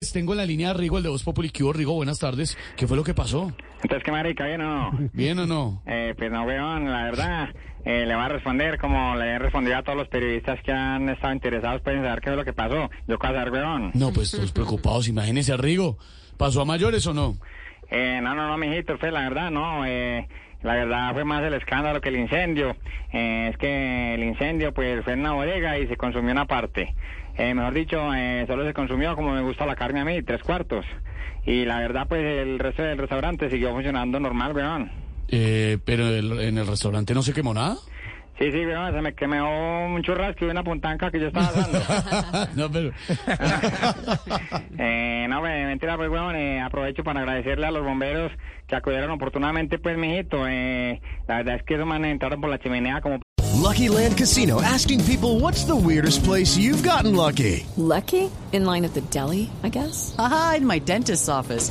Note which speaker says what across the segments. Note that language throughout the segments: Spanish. Speaker 1: Pues Tengo en la línea a Rigo, el de Voz Populi. ¿Qué hubo, Rigo? Buenas tardes. ¿Qué fue lo que pasó?
Speaker 2: Entonces, ¿qué marica? Oye, no.
Speaker 1: ¿Bien o no?
Speaker 2: Eh, pues no, weón, la verdad. eh, le va a responder como le he respondido a todos los periodistas que han estado interesados. Pueden saber qué es lo que pasó. Yo qué voy a saber, weón.
Speaker 1: No, pues todos preocupados. Imagínese a Rigo. ¿Pasó a mayores o no?
Speaker 2: Eh, no, no, no, mijito. Fue la verdad, no. Eh, la verdad fue más el escándalo que el incendio. Eh, es que el incendio, pues, fue en una bodega y se consumió una parte. Eh, mejor dicho, eh, solo se consumió como me gusta la carne a mí, tres cuartos. Y la verdad, pues, el resto del restaurante siguió funcionando normal, weón.
Speaker 1: Eh, pero el- en el restaurante no se quemó nada.
Speaker 2: Sí, sí, weón, se me quemó un churrasco y una puntanca que yo estaba dando.
Speaker 1: no, pero.
Speaker 2: eh, no, me- mentira, pues, weón, eh, aprovecho para agradecerle a los bomberos que acudieron oportunamente, pues, mijito. Eh, la verdad es que esos manes entraron por la chimenea como
Speaker 3: Lucky Land Casino asking people what's the weirdest place you've gotten lucky?
Speaker 4: Lucky? In line at the deli, I guess?
Speaker 5: Aha, in my dentist's office.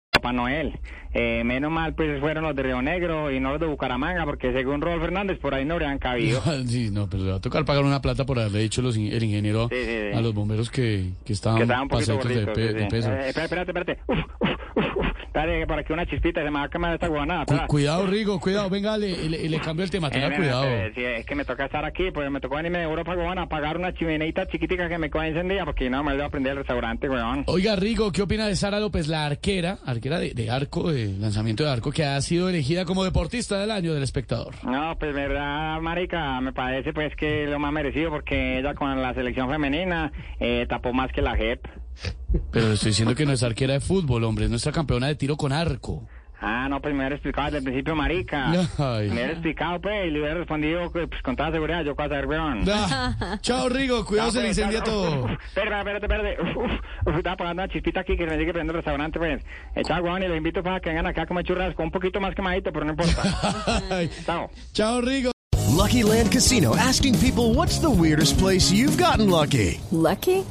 Speaker 2: Papá Noel. Eh, menos mal, pues, fueron los de Río Negro y no los de Bucaramanga, porque según Rodolfo Fernández, por ahí no habrían cabido.
Speaker 1: sí, no, pero le va a tocar pagar una plata por haberle dicho los in- el ingeniero
Speaker 2: Sí, sí, sí.
Speaker 1: a los bomberos que, que estaban,
Speaker 2: Que estaban un poquito
Speaker 1: pasaditos de, pe-
Speaker 2: gorditos. sí,
Speaker 1: de
Speaker 2: sí.
Speaker 1: peso.
Speaker 2: Eh, espérate, espérate, espérate. Uf, uf, uf, uf. Dale, para que una chispita se me va a quemar esta guanada.
Speaker 1: Cu- cuidado, Rigo, cuidado. Venga, le, le- le cambio el tema.
Speaker 2: Eh,
Speaker 1: Tenga
Speaker 2: mira,
Speaker 1: cuidado.
Speaker 2: eh, sí, es que me toca estar aquí, pues me tocó venirme de Europa, weón, a pagar una chimenita chiquitica que me queda encendida, porque no me lo voy a prender el restaurante, weón.
Speaker 1: Oiga, Rigo, ¿qué opina de Sara López, la arquera, arquera de, de arco, de lanzamiento de arco, que ha sido elegida como deportista del año del espectador?
Speaker 2: No, pues verdad, marica, me parece pues que lo más merecido, porque ella con la selección femenina eh, tapó más que la JEP.
Speaker 1: Pero le estoy diciendo que no es arquera de fútbol, hombre, es nuestra campeona de tiro con arco.
Speaker 2: Ah, no, pues me hubiera explicado desde el principio, marica.
Speaker 1: Ay.
Speaker 2: Me hubiera explicado, pues, y le hubiera respondido pues, con toda seguridad, yo puedo saber, weón.
Speaker 1: Ah, chao, Rigo, cuidado, se le incendia todo.
Speaker 2: Espera, espérate, espérate. Uf, uf, uf, estaba pagando una chispita aquí que me sigue prendiendo el restaurante, pues. Eh, Chao, weón, y los invito para que vengan acá a comer churras con un poquito más quemadito, pero no importa.
Speaker 1: Ay,
Speaker 2: Chao.
Speaker 1: Chao, Rigo.
Speaker 3: Lucky Land Casino asking people what's the weirdest place you've gotten lucky?
Speaker 4: Lucky?